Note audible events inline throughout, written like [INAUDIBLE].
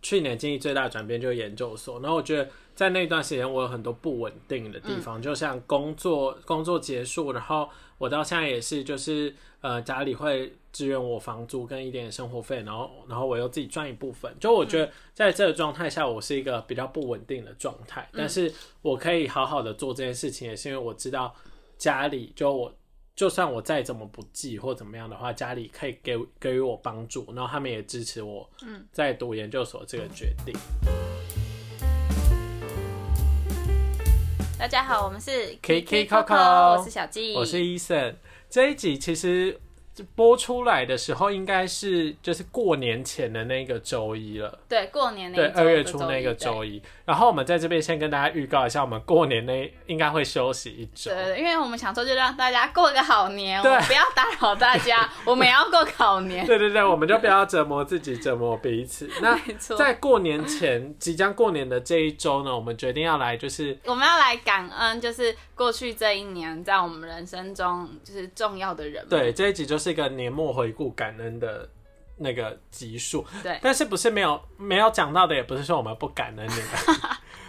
去年经历最大的转变就是研究所，然后我觉得在那段时间我有很多不稳定的地方，就像工作工作结束，然后我到现在也是就是呃家里会支援我房租跟一点点生活费，然后然后我又自己赚一部分，就我觉得在这个状态下我是一个比较不稳定的状态，但是我可以好好的做这件事情，也是因为我知道家里就我就算我再怎么不济或怎么样的话，家里可以给给予我帮助，然后他们也支持我，嗯，在读研究所这个决定。大家好，我们是 Kiki Coco， Coco 我是小纪，我是 Eason，这一集其实播出来的时候应该是就是过年前的那个周一了，对过年那对，一周二月初那个一周一。然后我们在这边先跟大家预告一下，我们过年那应该会休息一周对，。对对因为我们想说就让大家过个好年，我对们不要打扰大家， [LAUGHS] 我们也要过个好年，对对对，我们就不要折磨自己，折磨彼此。 [LAUGHS] 那没错在过年前，即将过年的这一周呢，我们决定要来就是我们要来感恩，就是过去这一年在我们人生中就是重要的人们，对，这一集就是一个年末回顾感恩的那个集数。对但是不是没有没有讲到的，也不是说我们不感恩你 [LAUGHS] 们，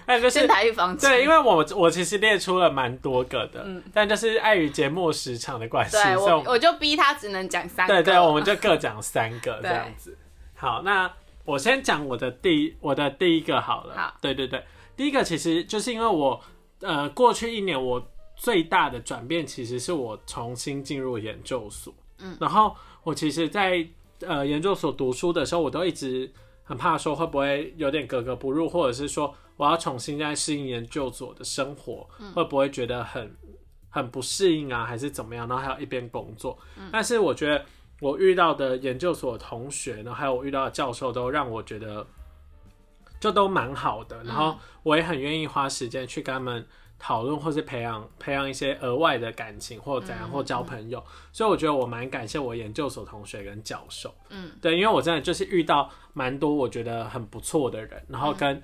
但就是先打预防针。对，因为我我其实列出了蛮多个的，嗯但就是碍于节目时长的关系，对所以我我们我就逼他只能讲三个，对对，我们就各讲三个这 [LAUGHS] 对样子。好，那我先讲我的第我的第一个好了。好，对对对，第一个其实就是因为我呃过去一年我最大的转变其实是我重新进入研究所。嗯，然后我其实在，呃研究所读书的时候，我都一直很怕说会不会有点格格不入，或者是说我要重新再适应研究所的生活，会不会觉得很很不适应啊，还是怎么样？然后还有一边工作，但是我觉得我遇到的研究所同学呢，还有我遇到的教授，都让我觉得就都蛮好的。然后我也很愿意花时间去跟他们讨论，或是培养培养一些额外的感情，或怎样，或交朋友。所以我觉得我蛮感谢我研究所同学跟教授。嗯，对，因为我真的就是遇到蛮多我觉得很不错的人，然后跟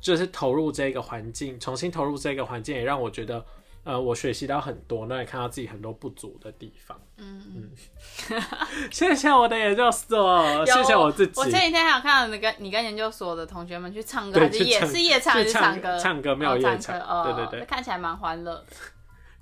就是投入这个环境，重新投入这个环境，也让我觉得。呃，我学习到很多，那也看到自己很多不足的地方。嗯，谢谢我的研究所，有谢谢我自己。我前几天还有看到你跟你跟研究所的同学们去唱歌，对还是夜去唱是夜唱还去是唱歌？唱歌没有哦夜唱唱歌，哦，对对对那看起来蛮欢乐的。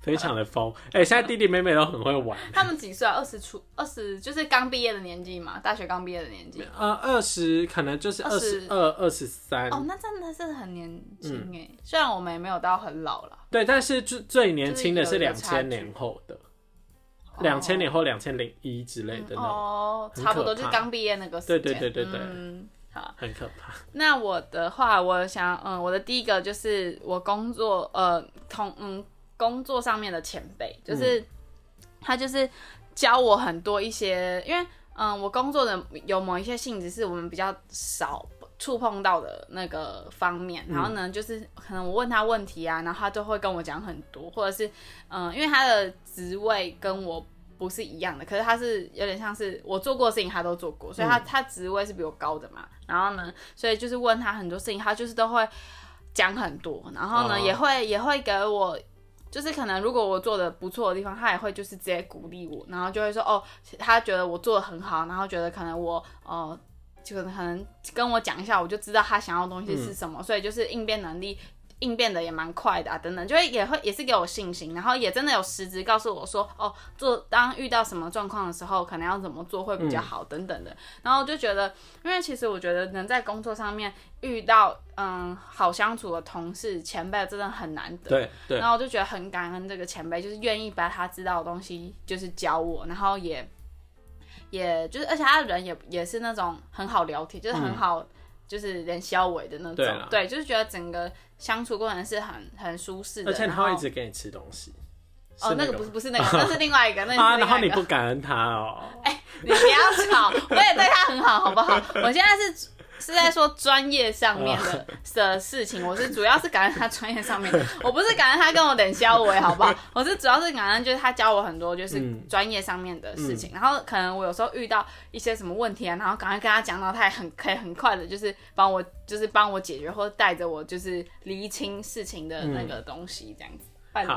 非常的疯。哎、现在弟弟妹妹都很会玩。他们几岁啊？二十出二十，就是刚毕业的年纪嘛，大学刚毕业的年纪。呃，二十可能就是二十20二、二十三，哦，那真的是很年轻哎、嗯虽然我们也没有到很老了，对，但是最最年轻的是就是有一两个差千距年后的，两千年后两千零一之类的那种，哦，很差不可多就是怕刚毕业那个时对间。对对对对嗯，好。很可怕。那我的话，我想，嗯，我的第一个就是我工作，呃，同嗯工作上面的前辈，就是、嗯他就是教我很多一些，因为嗯我工作的有某一些性质是我们比较少触碰到的那个方面，然后呢，就是可能我问他问题啊，然后他就会跟我讲很多，或者是嗯，因为他的职位跟我。不是一样的，可是他是有点像是我做过的事情，他都做过，所以他、他职位是比我高的嘛。然后呢，所以就是问他很多事情，他就是都会讲很多，然后呢、哦也会也会给我，就是可能如果我做的不错的地方，他也会就是直接鼓励我，然后就会说哦，他觉得我做的很好，然后觉得可能我呃。就可能跟我讲一下，我就知道他想要的东西是什么，所以就是应变能力应变的也蛮快的啊，等等，就会也会也是给我信心，然后也真的有实质告诉我说，哦，做当遇到什么状况的时候，可能要怎么做会比较好，等等的。然后我就觉得，因为其实我觉得能在工作上面遇到嗯好相处的同事前辈真的很难得，对对然，后我就觉得很感恩这个前辈，就是愿意把他知道的东西就是教我，然后也也就是，而且他的人也也是那种很好聊天，就是很好，就是连消委的那种嗯对啦对，就是觉得整个相处过程是很很舒适的，而且然他后会一直给你吃东西。哦是，那个个不吗是不是那个，那是另外一个，那 [LAUGHS] 是啊，另外一个然后你不感恩他哦， [LAUGHS] 你不要吵，我也对他很好，好不好？ [LAUGHS] 我现在是是在说专业上面啊的的事情，我是主要是感恩他专业上面， [LAUGHS] 我不是感恩他跟我等消委，好不 [LAUGHS] 好？我是主要是感恩就是他教我很多就是嗯专业上面的事情，然后可能我有时候遇到一些什么问题啊，然后赶快跟他讲，然后他也很可以很快的，就是帮我就是帮我解决或者带着我就是厘清事情的那个东西这样子。换你嗯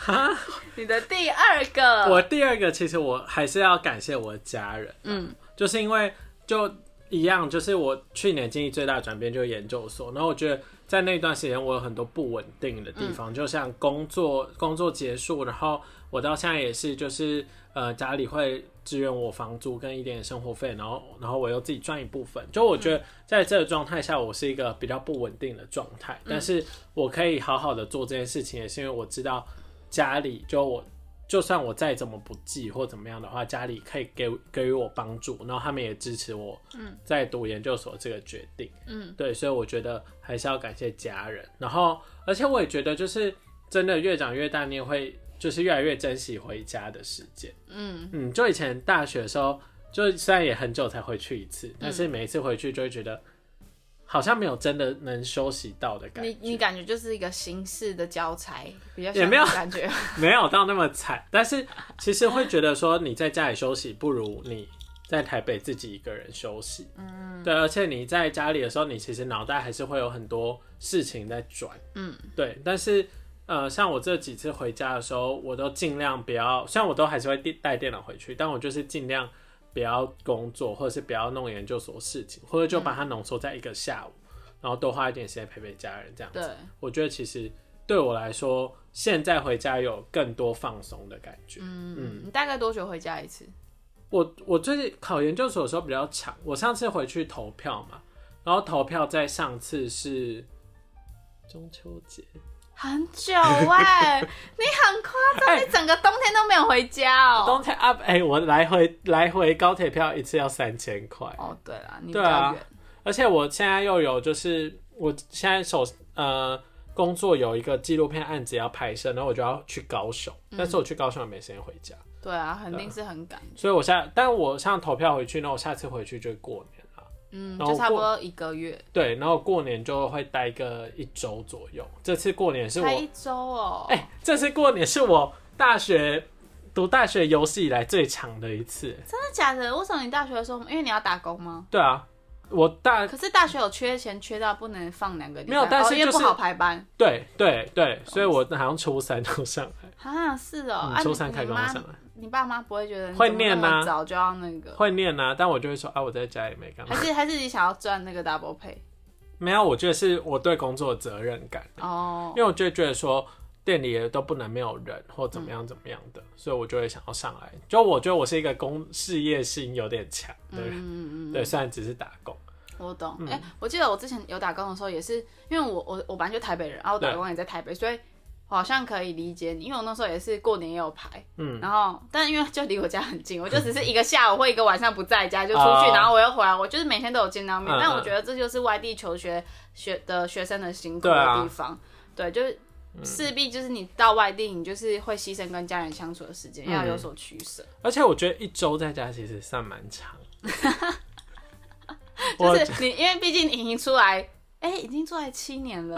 好。你的第二个，我第二个其实我还是要感谢我的家人，嗯，就是因为就一样，就是我去年经历最大的转变就是研究所，然后我觉得在那段时间我有很多不稳定的地方，就像工作工作结束，然后我到现在也是就是呃家里会支援我房租跟一点点生活费，然后然后我又自己赚一部分，就我觉得在这个状态下我是一个比较不稳定的状态，但是我可以好好的做这件事情，也是因为我知道家里就我就算我再怎么不济或怎么样的话，家里可以给给予我帮助，然后他们也支持我，嗯，在读研究所这个决定，嗯，对，所以我觉得还是要感谢家人。然后，而且我也觉得，就是真的越长越大，你也会就是越来越珍惜回家的时间。嗯嗯，就以前大学的时候，就虽然也很久才回去一次，但是每一次回去就会觉得好像没有真的能休息到的感觉你，你感觉就是一个形式的交差，比较也没有像 [LAUGHS] 感觉，没有到那么惨，但是其实会觉得说你在家里休息不如你在台北自己一个人休息。嗯，对，而且你在家里的时候，你其实脑袋还是会有很多事情在转。嗯，对，但是。呃，像我这几次回家的时候，我都尽量不要，虽然我都还是会电带电脑回去，但我就是尽量不要工作，或者是不要弄研究所事情，或者就把它浓缩在一个下午，然后多花一点时间陪陪家人这样子。对，我觉得其实对我来说，现在回家有更多放松的感觉。嗯，你大概多久回家一次？我我最近考研究所的时候比较长，我上次回去投票嘛，然后投票在上次是中秋节，很久哎、你很夸张，你整个冬天都没有回家哦、哎冬天 up 哎、我来回来回高铁票一次要三千块，哦，对了，你比对较啊远，而且我现在又有就是我现在手呃。工作有一个纪录片案子要拍摄，然后我就要去高雄，但是我去高雄也没时间回家。对啊，肯定是很赶，所以我下，但我像投票回去，那我下次回去就过年了。嗯，然后就差不过多一个月，对，然后过年就会待个一周左右。这次过年是我，才哎一、周哦、这次过年是我大学读大学游戏以来最长的一次。真的假的？为什么你大学的时候，因为你要打工吗？对啊，我大可是大学有缺钱，缺到不能放两个礼拜，哎没有但是哦、因为就不是好排班对对对，所以我好像初三就上来，啊，是哦、嗯啊，初三你开你工妈上来，你爸妈不会觉得你会怎么那念么啊早就要那个，会念啊，但我就会说啊，我在家也没干 [LAUGHS] 还嘛。是还是你想要赚那个 double pay 没有，我觉得是我对工作的责任感，哦因？为我就觉得说店里也都不能没有人或怎么样怎么样的，所以我就会想要上来。就我觉得我是一个公事业心有点强的人，嗯嗯嗯，对，嗯虽然只是打工，我懂。哎、我记得我之前有打工的时候，也是因为我我我本来就台北人，然后我打对工也在台北，所以我好像可以理解你，因为我那时候也是过年也有排，嗯，然后但因为就离我家很近，我就只 [LAUGHS] 是一个下午或一个晚上不在家就出去，哦然后我又回来，我就是每天都有见到面。嗯但我嗯觉得这就是外地求学学的学生的辛苦对的啊嗯地方，对，就是。势必就是你到外地，你就是会牺牲跟家人相处的时间，嗯要有所取舍。而且我觉得一周在家其实算蛮长。 [LAUGHS] 就我是你，因为毕竟你已经出来，哎、已经出来七年了，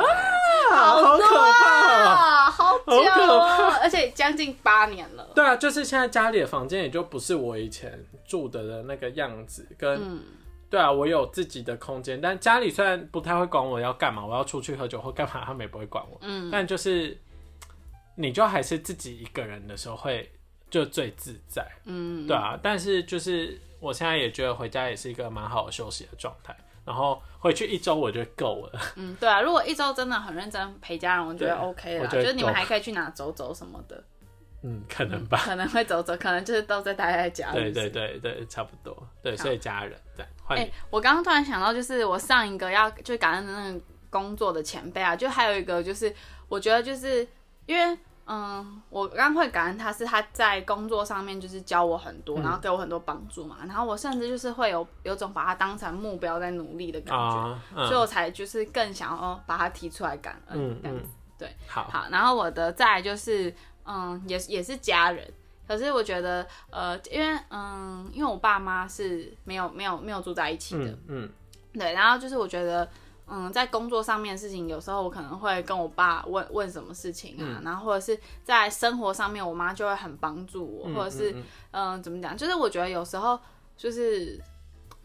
好可怕哦！啊，好久、啊好可哦，而且将近八年了。对啊，就是现在家里的房间也就不是我以前住的的那个样子，跟、嗯对啊，我有自己的空间，但家里虽然不太会管我要干嘛，我要出去喝酒或干嘛，他们也不会管我。嗯，但就是你就还是自己一个人的时候会就最自在，嗯，对啊。但是就是我现在也觉得回家也是一个蛮好的休息的状态，然后回去一周我就够了。嗯，对啊，如果一周真的很认真陪家人，我觉得对 OK 啦，我觉就得是你们够还可以去哪走走什么的，嗯，可能吧。可能会走走，可能就是都在待在家里。对对对对，差不多。对，所以家人对，换哎、你。我刚刚突然想到，就是我上一个要就感恩的那个工作的前辈啊，就还有一个就是，我觉得就是因为。嗯，我刚刚会感恩他是他在工作上面就是教我很嗯多，然后给我很多帮助嘛，然后我甚至就是会有有种把他当成目标在努力的感觉，啊，所以嗯我才就是更想要把它提出来感恩。嗯这样子嗯，对，好，好，然后我的再来就是，嗯，也是也是家人。可是我觉得，呃，因为嗯，因为我爸妈是没有没有没有住在一起的，嗯嗯对。然后就是我觉得，嗯，在工作上面的事情，有时候我可能会跟我爸问问什么事情啊，嗯然后或者是在生活上面，我妈就会很帮助我，嗯，或者是嗯嗯嗯，怎么讲？就是我觉得有时候就是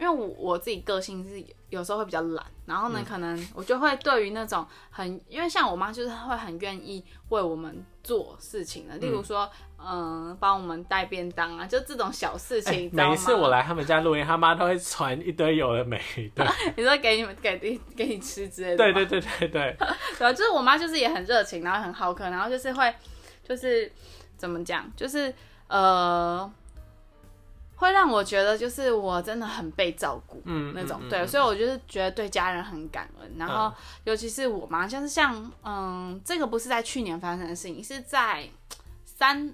因为我我自己个性是有时候会比较懒，然嗯后呢，可能我就会对于那种很，因为像我妈就是会很愿意为我们做事情的，例如说，嗯、帮我们带便当啊，就这种小事情。你知道每一次吗哎我来他们家录音，他妈都会传一堆有的没的。 [LAUGHS] 你说给你们给给给你吃之类的，对对，对对对，对啊，就是我妈就是也很热情，然后很好客，然后就是会就是怎么讲，就是呃，会让我觉得就是我真的很被照顾，嗯 [LAUGHS] 那种嗯嗯嗯对，所以我就是觉得对家人很感恩。然后尤其是我妈，像是像嗯，这个不是在去年发生的事情，是在三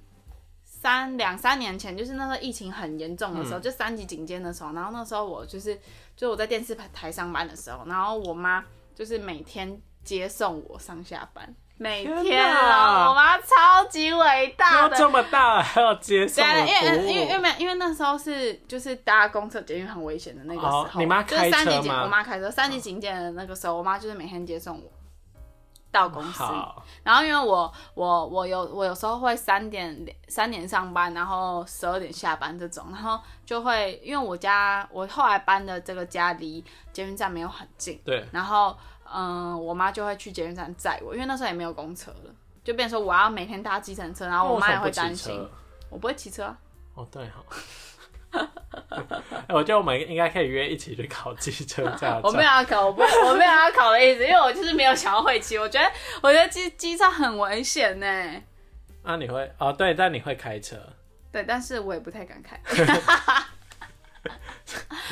三两三年前，就是那时候疫情很严重的时候，嗯就三级警戒的时候。然后那时候我就是就是我在电视台上班的时候，然后我妈就是每天接送我上下班。每天天哪啊，我妈超级伟大都的，这么大了还要接送对啊，我因为服务因为因为因为那时候是就是搭公车捷运很危险的那个时候，哦你妈就是开三级车警，吗哦我妈开车，三级警戒的那个时候，我妈就是每天接送我到公司，好，然后因为我我我有我有时候会三点三点上班，然后十二点下班这种，然后就会因为我家我后来搬的这个家离捷运站没有很近，对，然后嗯，我妈就会去捷运站载我，因为那时候也没有公车了，就变成说我要每天搭计程车，然后我妈也会担心那为什么不骑车。我不会骑车啊、哦，对哈、 [LAUGHS] 哎我觉得我们应该可以约一起去考机车驾 [LAUGHS] 我照没。有要考，我不，我没有要考的意思，因为我就是没有想要会骑。我觉得，我觉得机机上很危险呢。啊，你会哦，对，但你会开车，对，但是我也不太敢开。 [LAUGHS]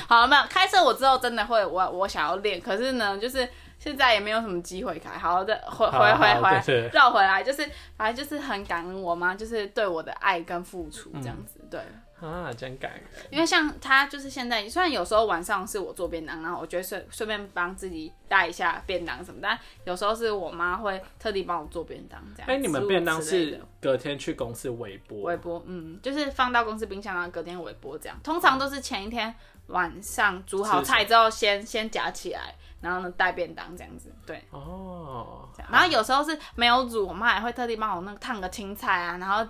好，没有开车，我之后真的会，我我想要练，可是呢，就是现在也没有什么机会开。好的，回回好啊好回对回对绕回来，就是反正就是很感恩我妈，就是对我的爱跟付出嗯这样子。对，啊，真感人。因为像他就是现在，虽然有时候晚上是我做便当，然后我就会顺顺便帮自己带一下便当什么，但有时候是我妈会特地帮我做便当这样。哎、你食们物便当之类的是隔天去公司微波微波，嗯，就是放到公司冰箱，然后隔天微波这样。通常都是前一天晚上煮好菜之后先，先夹起来，然后呢带便当这样子，对。哦，这样然后有时候是没有煮，我妈也会特地帮我那个烫个青菜啊，然后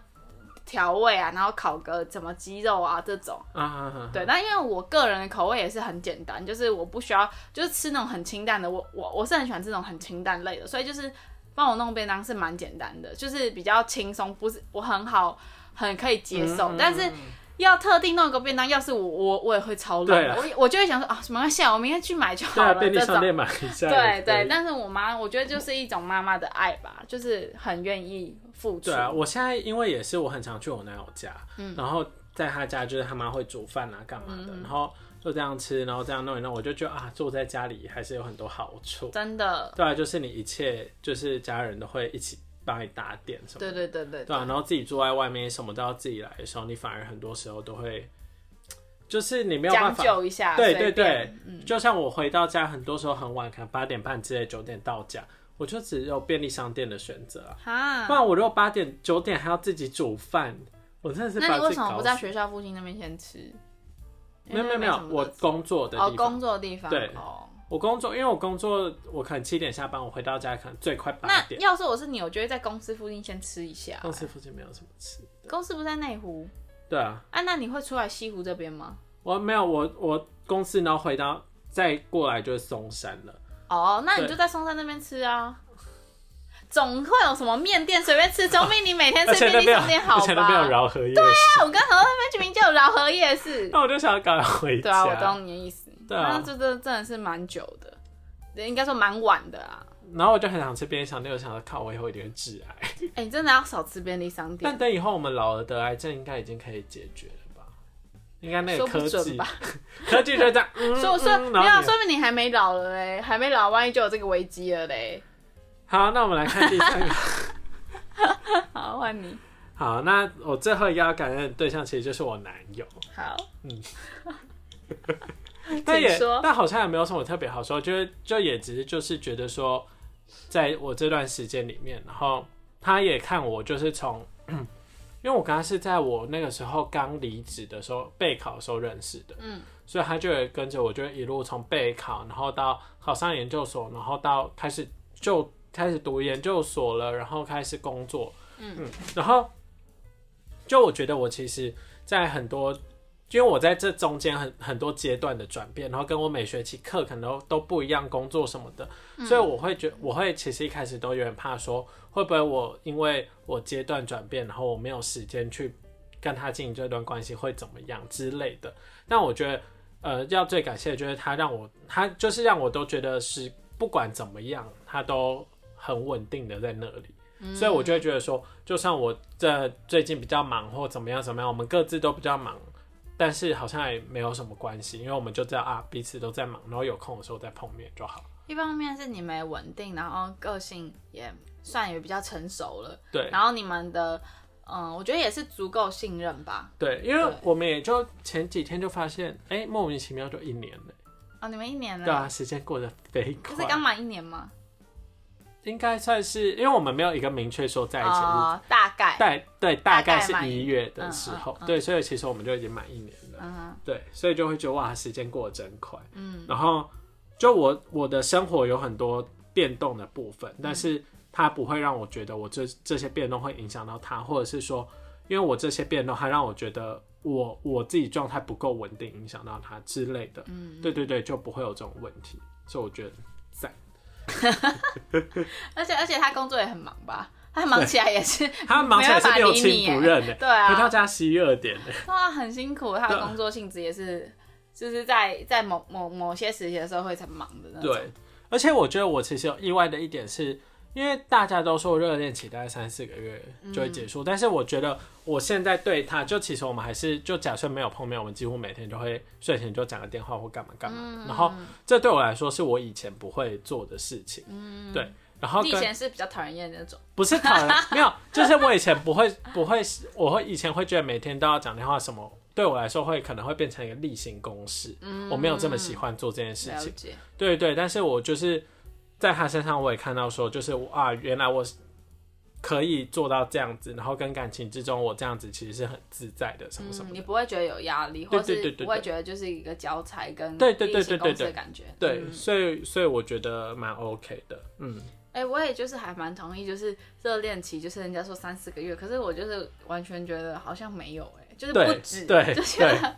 调味啊，然后烤个什么鸡肉啊这种。啊啊，啊对，但因为我个人的口味也是很简单，就是我不需要，就是吃那种很清淡的。我我我是很喜欢吃那种很清淡类的，所以就是帮我弄便当是蛮简单的，就是比较轻松，不是我很好，很可以接受。嗯但是要特定弄一个便当，要是我我我也会超懒对啊的，我我就会想说啊，没关系啊，我明天去买就对啊，好了。便利这商种店买一下对也可以。对，但是我妈我觉得就是一种妈妈的爱吧，就是很愿意付出。对啊，我现在因为也是我很常去我男友家，嗯然后在他家就是他妈会煮饭啊干嘛的，然后就这样吃，然后这样弄一弄，我就觉得啊，住在家里还是有很多好处。真的，对啊，就是你一切就是家人都会一起帮你打点什么的，对对对对对啊，然后自己住在外面什么都要自己来的时候，你反而很多时候都会，就是你没有办将法就一下，对随对对便，嗯就像我回到家，很多时候很晚，可能八点半之类九点到家，我就只有便利商店的选择啊。哈不。然我如果八点九点还要自己煮饭，我真的是那把你自为己什么搞不在死。学校附近那边先吃？没有没有没因为那边什有，么我都工作的哦地方，工作的地方对哦。我工作，因为我工作，我可能七点下班，我回到家可能最快八那点。要是我是你，我就会在公司附近先吃一下。公司附近没有什么吃。公司不在内湖，对啊，啊，那你会出来西湖这边吗？我没有我我公司，然后回到再过来就是松山了。哦，那你对就在松山那边吃啊。总会有什么面店随便吃，总比你每 [LAUGHS] 天而吃且便那利边商有店好而且那边有吧？啊饶河夜市，那我刚好到那边去明就有饶河 [LAUGHS] 夜市。那我就想要赶快回对家。啊，我懂你的意思。对啊那这这真的是蛮久的，对，应该说蛮晚的啊。然后我就很想吃便利商店，我想说靠，我以后一定会致癌。哎，你真的要少吃便利商店但。等以后我们老了得癌症，应该已经可以解决了吧？应该那个说不科技准吧，科技就这样，嗯、所以我 [LAUGHS] 说，嗯没然后有，你说明你还没老了嘞，还没老，万一就有这个危机了嘞。好，那我们来看第三个。 [LAUGHS] 好，换你。好，那我最后一个要感恩的对象其实就是我男友，好，嗯 [LAUGHS] 但也哎请说但好像也没有什么特别好说，就是就也只是就是觉得说，在我这段时间里面，然后他也看我就是从， [CLEARS THROAT] 因为我跟他是在我那个时候刚离职的时候备考的时候认识的，嗯，所以他就也跟着我，就一路从备考，然后到考上研究所，然后到开始就开始读研究所了，然后开始工作，嗯然后就我觉得我其实，在很多因为我在这中间很很多阶段的转变，然后跟我每学期课可能都都不一样，工作什么的，所以我会觉我会其实一开始都有点怕说，会不会我因为我阶段转变，然后我没有时间去跟他经营这段关系会怎么样之类的。但我觉得，呃，要最感谢的就是他让我，他就是让我都觉得是不管怎么样，他都很稳定的在那里。所以我就会觉得说，就算我这最近比较忙或怎么样怎么样，我们各自都比较忙，但是好像也没有什么关系，因为我们就知道啊，彼此都在忙，然后有空的时候再碰面就好。一方面是你们也稳定，然后个性也算也比较成熟了，对然后你们的嗯，我觉得也是足够信任吧。对，因为对我们也就前几天就发现，哎、莫名其妙就一年了，哦，你们一年了，对啊，时间过得飞就快，是刚满一年吗？应该算是，因为我们没有一个明确说在一起的日子，哦，大概，对对，大概大概是满一一月的时嗯嗯候，嗯对，所以其实我们就已经满一年了。嗯哼对，所以就会觉得哇，时间过得真快。嗯，然后就我我的生活有很多变动的部嗯分，但是它不会让我觉得我这这些变动会影响到他，或者是说，因为我这些变动，它让我觉得我我自己状态不够稳定，影响到他之类的。嗯，对对对，就不会有这种问题。所以我觉得 [LAUGHS] 而且而且他工作也很忙吧，他忙起来也是，他忙起来是没办法六理你亲不认的、 [LAUGHS] 对回到啊，家十一二点欸、对啊，很辛苦，他对的工作性质也是，就是在在某某某些时期的时候会很忙的那种，对，而且我觉得我其实有意外的一点是，因为大家都说热恋期大概三四个月嗯就会结束，但是我觉得我现在对他，就其实我们还是就假设没有碰面，我们几乎每天就会睡前就讲个电话或干嘛干嘛，嗯然后这对我来说是我以前不会做的事情，对，然后嗯你以跟前是比较讨人厌的那种， [LAUGHS] 不是讨 [LAUGHS] 厌，没有，就是我以前不会不会，我会以前会觉得每天都要讲电话什么。对我来说会可能会变成一个例行公事，我没有这么喜欢做这件事嗯了情。解，对对，但是我就是在他身上，我也看到说，就是我啊，原来我是可以做到这样子，然后跟感情之中，我这样子其实是很自在的，什么什么嗯，的。你不会觉得有压力，对或对对是对对不会觉得就是一个交差跟对对对例对行公对事的对感觉。对，嗯所以所以我觉得蛮 OK 的，嗯，哎、我也就是还蛮同意，就是热恋期，就是人家说三四个月，可是我就是完全觉得好像没有、哎，就是不对止，对 [LAUGHS] 就觉得对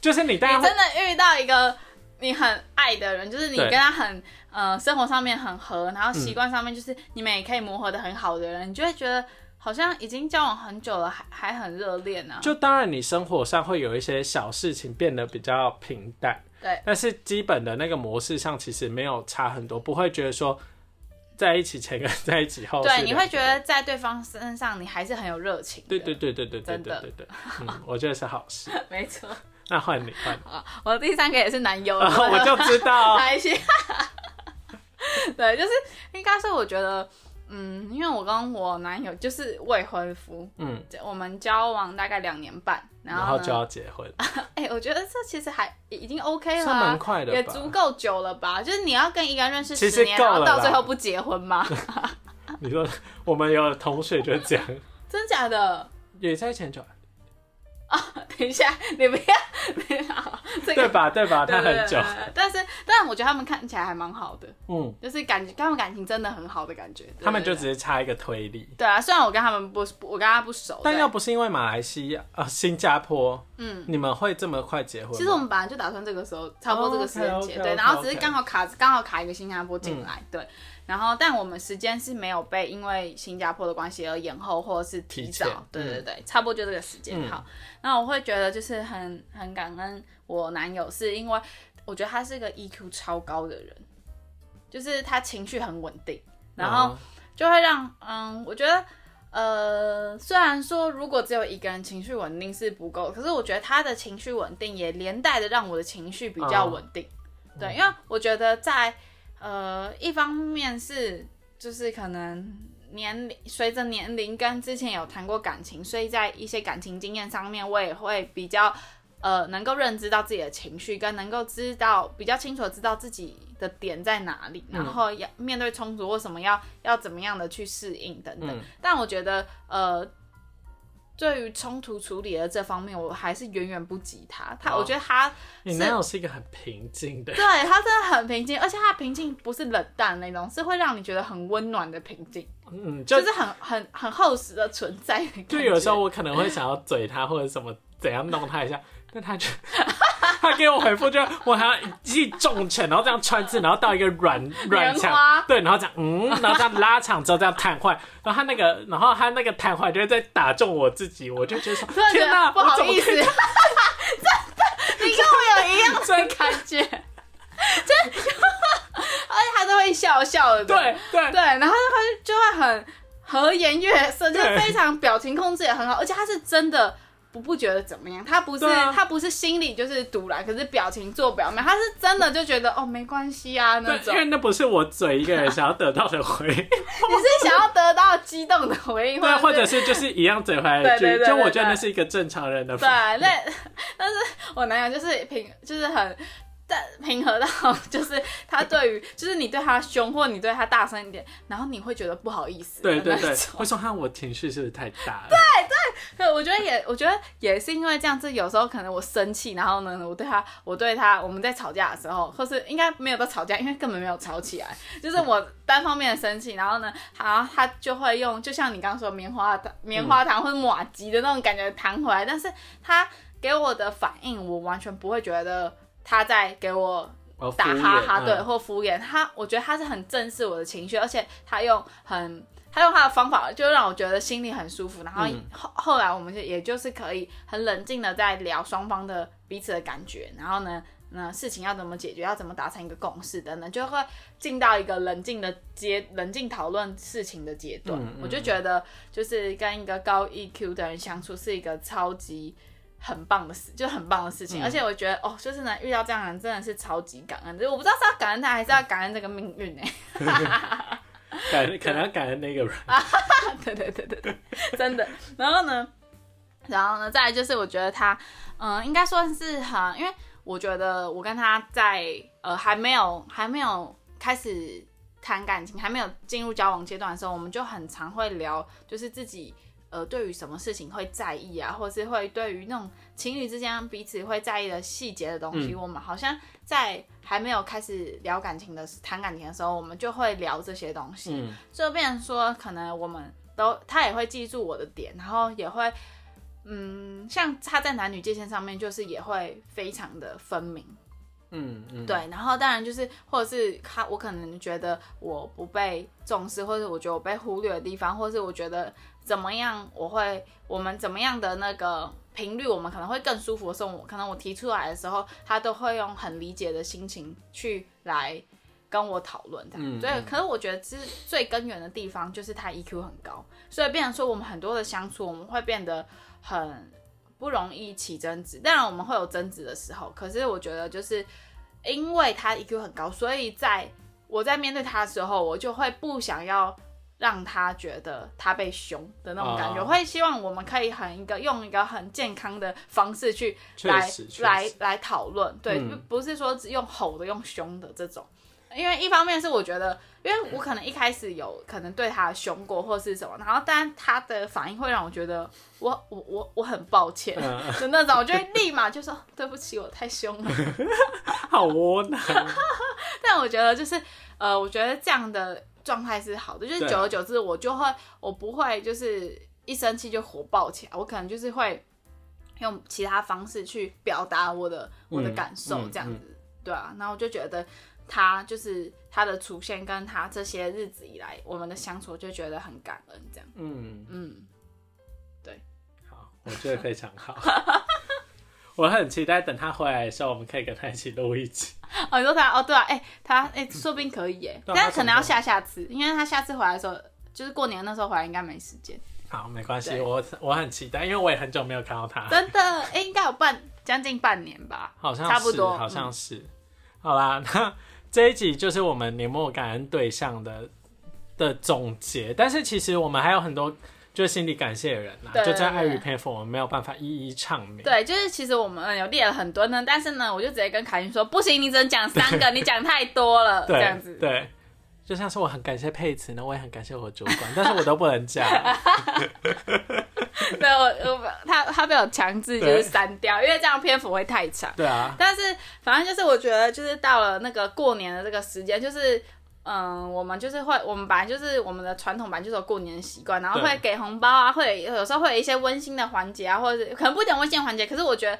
就是你当然你会真的遇到一个你很爱的人，就是你对嗯跟他很呃生活上面很合，然后习惯上面就是你们也可以磨合的很好的人，你就会觉得好像已经交往很久了，还还很热恋啊呢。就当然你生活上会有一些小事情变得比较平淡，对，但是基本的那个模式上其实没有差很多，不会觉得说在一起前跟在一起后哦是对，你两会个觉得在对方身上你还是很有热情。对对，对对对对真对的对对，嗯，我觉得是好事。 [LAUGHS] [LAUGHS] 没错。那换你 [LAUGHS] 换你。好，我的第三个也是男 [LAUGHS] 优，然后 [LAUGHS] 我就知道，开心。对，就是应该说，我觉得，嗯，因为我跟我男友就是未婚夫，嗯，我们交往大概两年半，然然后呢就要结婚，哎、我觉得这其实还已经 OK 了、算蛮啊，快的也吧？足够久了吧？就是你要跟一个人认识其实十年，够然后了到啦最后不结婚吗？ [LAUGHS] 你说我们有同学就这样，真假的？ [LAUGHS] 也在前九，等一下，你不要，好对这个吧？对吧？对他很久，对对对但是，但我觉得他们看起来还蛮好的，嗯，就是感觉他们感情真的很好的感觉。对他们就对只对是差一个推理。对啊，虽然我跟他们不，不我跟他不熟，但哦对要不是因为马来西亚啊、新加坡，嗯，你们会这么快结婚吗？哦其实我们本来就打算这个时候，差不多这个时间节 OK，OK，OK，对，然后只是刚好卡刚好卡一个新加坡嗯进来，对，然后但我们时间是没有被因为新加坡的关系而延后或者是提早，提前对对对，差不多就这个时间。嗯好，那我会觉得就是很很感恩我男友，是因为我觉得他是个 EQ 超高的人，就是他情绪很稳定，然后嗯就会让嗯，我觉得呃，虽然说如果只有一个人情绪稳定是不够，可是我觉得他的情绪稳定也连带的让我的情绪比较稳定。对，因为我觉得在呃一方面是就是可能年龄随着年龄跟之前有谈过感情，所以在一些感情经验上面，我也会比较呃能够认知到自己的情绪，跟能够知道比较清楚的知道自己的点在哪里，嗯然后要面对冲突或什么要要怎么样的去适应等等。嗯但我觉得呃。对于冲突处理的这方面，我还是远远不及他。他，哦我觉得他你男友是一个很平静的，对他真的很平静，而且他的平静不是冷淡那种，是会让你觉得很温暖的平静，嗯，就就是很很很厚实的存在的感觉。就有时候我可能会想要嘴他或者什么怎样弄他一下，但他就他给我回复就我还要一记重拳，然后这样穿刺，然后到一个软软墙莲花，对，然后这样嗯，然后这样拉长之后这样弹坏，然后他那个，然后他那个弹坏就会再打中我自己，我就觉得说突然觉天哪，得不好我怎么意可以 [LAUGHS] 思，真的，你跟我有一样真的感 [LAUGHS] 觉，真的， [LAUGHS] 而且他都会笑笑的，对对对，然后他就会很和颜悦色，就是对非常表情控制也很好，而且他是真的不不觉得怎么样，他不是、对啊他不是心里就是堵然，可是表情做表面，他是真的就觉得哦没关系啊那对，种因，为那不是我嘴一个人想要得到的回应，你是想要得到激动的回应，对，或或者者是是就是一样嘴回来一对对句，对就对我觉得对那是一个正常人的对，反应。那 [LAUGHS] 但是我男友就是平就是很。但平和到就是他对于就是你对他凶或你对他大声一点，然后你会觉得不好意思的对那种。对对，会说哈，我情绪是不是太大了？ [LAUGHS] 对，我觉得也，我觉得也是因为这样子，有时候可能我生气，然后呢，我对他，我对他，我们在吵架的时候，或是应该没有到吵架，因为根本没有吵起来，就是我单方面的生气，然后呢，然后他就会用，就像你刚刚说棉花糖、棉花糖或者马吉的那种感觉弹回来，但是他给我的反应，我完全不会觉得他在给我哦打哈哈，对， [LAUGHS] 敷衍或敷衍他，我觉得他是很正视我的情绪，而且他用很他用他的方法，就让我觉得心里很舒服。然后嗯后后来我们就也就是可以很冷静的在聊双方的彼此的感觉，然后呢，那事情要怎么解决，要怎么达成一个共识等等，就会进到一个冷静的阶，冷静讨论事情的阶段。嗯嗯我就觉得，就是跟一个高 EQ 的人相处是一个超级很棒的事，就很棒的事嗯情。而且我觉得，哦，就是能遇到这样的人，真的是超级感恩。就是我不知道是要感恩他，还是要感恩这个命运欸呢、嗯感可能感恩那个人，对对对对对，真的。然后呢，然后呢，再来就是我觉得他，嗯、应该算是很，因为我觉得我跟他在呃还没有还没有开始谈感情，还没有进入交往阶段的时候，我们就很常会聊，就是自己。呃，对于什么事情会在意啊，或是会对于那种情侣之间彼此会在意的细节的东西，我们好像在还没有开始聊感情的谈感情的时候，我们就会聊这些东西。嗯，就变成说，可能我们都他也会记住我的点，然后也会，嗯，像他在男女界限上面，就是也会非常的分明，嗯嗯，对。然后当然就是，或者是他，我可能觉得我不被重视，或者我觉得我被忽略的地方，或是我觉得怎么样，我会我们怎么样的那个频率，我们可能会更舒服的时候，我可能我提出来的时候，他都会用很理解的心情去来跟我讨论这样。嗯所以嗯，可是我觉得其实最根源的地方就是他 EQ 很高，所以变成说我们很多的相处，我们会变得很不容易起争执。当然我们会有争执的时候，可是我觉得就是因为他 EQ 很高，所以在我在面对他的时候，我就会不想要让他觉得他被凶的那种感觉，哦我会希望我们可以很一个用一个很健康的方式去确来实确实 [LAUGHS] 来来讨论，对，嗯不不是说只用吼的、用凶的这种。因为一方面是我觉得，因为我可能一开始有可能对他凶过或是什么，然后但他的反应会让我觉得我我我我很抱歉嗯的那种，我就会立马就说对不起，我太凶了。 [LAUGHS] 好窝囊，但我觉得就是呃，我觉得这样的状态是好的，就是对啊久而久之，我就会我不会就是一生气就火爆起来，我可能就是会用其他方式去表达我的我的嗯感受，嗯这样嗯子，对啊，然后我就觉得。他就是他的出现，跟他这些日子以来我们的相处，我就觉得很感恩，这样，嗯，嗯，好，我觉得非常好。 [LAUGHS] 我很期待等他回来的时候，我们可以跟他一起录一集。 [LAUGHS] 哦，你说他哦，对啊，哎、他哎、说不定可以哎，对啊但他是可什么能要时下下次，因为他下次回来的时候，就是过年那时候回来，应该没时间。好，没关系，对我我很期待，因为我也很久没有看到他，真的，哎、应该有半将近半年吧，好像是差不多，好像嗯是。好啦，那这一集就是我们年末感恩对象的的总结，但是其实我们还有很多就是心里感谢的人啦，对就在爱对与对佩服，我们没有办法一一唱名。对，就是其实我们有列了很多呢，但是呢，我就直接跟凯云说，不行，你只能讲三个，你讲太多了，这对，样子。对，就像是我很感谢佩慈呢，我也很感谢我主管，但是我都不能 [LAUGHS] 讲。对，我我他他被我强制就是对删掉，因为这样篇幅会太长。对啊，但是反正就是我觉得，就是到了那个过年的这个时间，就是。嗯，我们就是会，我们本来就是我们的传统版，就是有过年的习惯，然后对会给红包啊，会有有时候会有一些温馨的环节啊，或者是可能不一定有温馨的环节，可是我觉得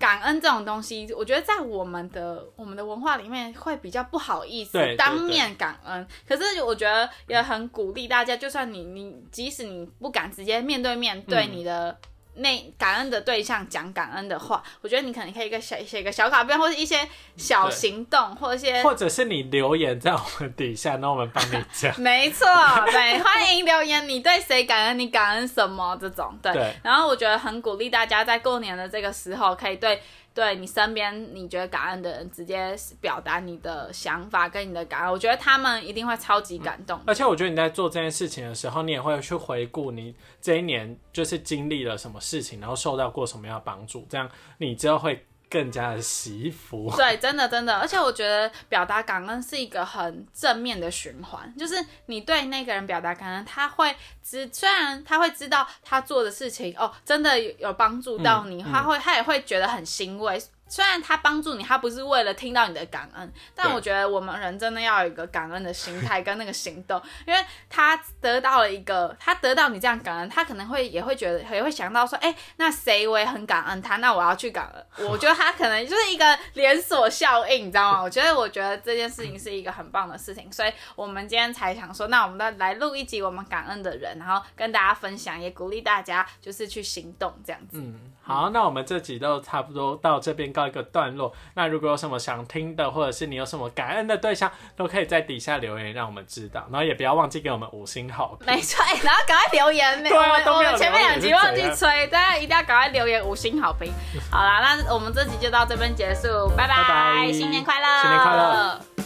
感恩这种东西，我觉得在我们的我们的文化里面会比较不好意思对对对当面感恩。可是我觉得也很鼓励大家，就算你你即使你不敢直接面对面对嗯你的。那感恩的对象讲感恩的话，我觉得你可能可以一个小写一个小卡片，或者一些小对行动，或者一些。或者是你留言在我们底下，那我们帮你讲没错，对，欢迎留言，你对谁感恩，你感恩什么这种， [LAUGHS] 对。对然后我觉得很鼓励大家在过年的这个时候，可以对对你身边你觉得感恩的人直接表达你的想法跟你的感恩，我觉得他们一定会超级感动。而且我觉得你在做这件事情的时候，你也会去回顾你这一年就是经历了什么事情，然后受到过什么样的帮助，这样你之后会更加的惜福。对，真的真的，而且我觉得表达感恩是一个很正面的循环，就是你对那个人表达感恩，他会知，虽然他会知道他做的事情哦，真的有有帮助到你，他会他也会觉得很欣慰。虽然他帮助你，他不是为了听到你的感恩，但对我觉得我们人真的要有一个感恩的心态跟那个行动，因为他得到了一个，他得到你这样感恩，他可能会也会觉得，也会想到说，哎、那谁我也很感恩他，那我要去感恩。我觉得他可能就是一个连锁效应，你知道吗？我觉得，我觉得这件事情是一个很棒的事情，所以我们今天才想说，那我们再来录一集我们感恩的人，然后跟大家分享，也鼓励大家就是去行动这样子。嗯，好，那我们这集都差不多到这边告一个段落。那如果有什么想听的，或者是你有什么感恩的对象，都可以在底下留言让我们知道，然后也不要忘记给我们五星好评。没错，哎然后赶快留言，没对啊我们都我没有们前面两集忘记留言是催，大家一定要赶快留言五星好评。好啦，那我们这集就到这边结束，拜拜拜新年快乐，新年快乐。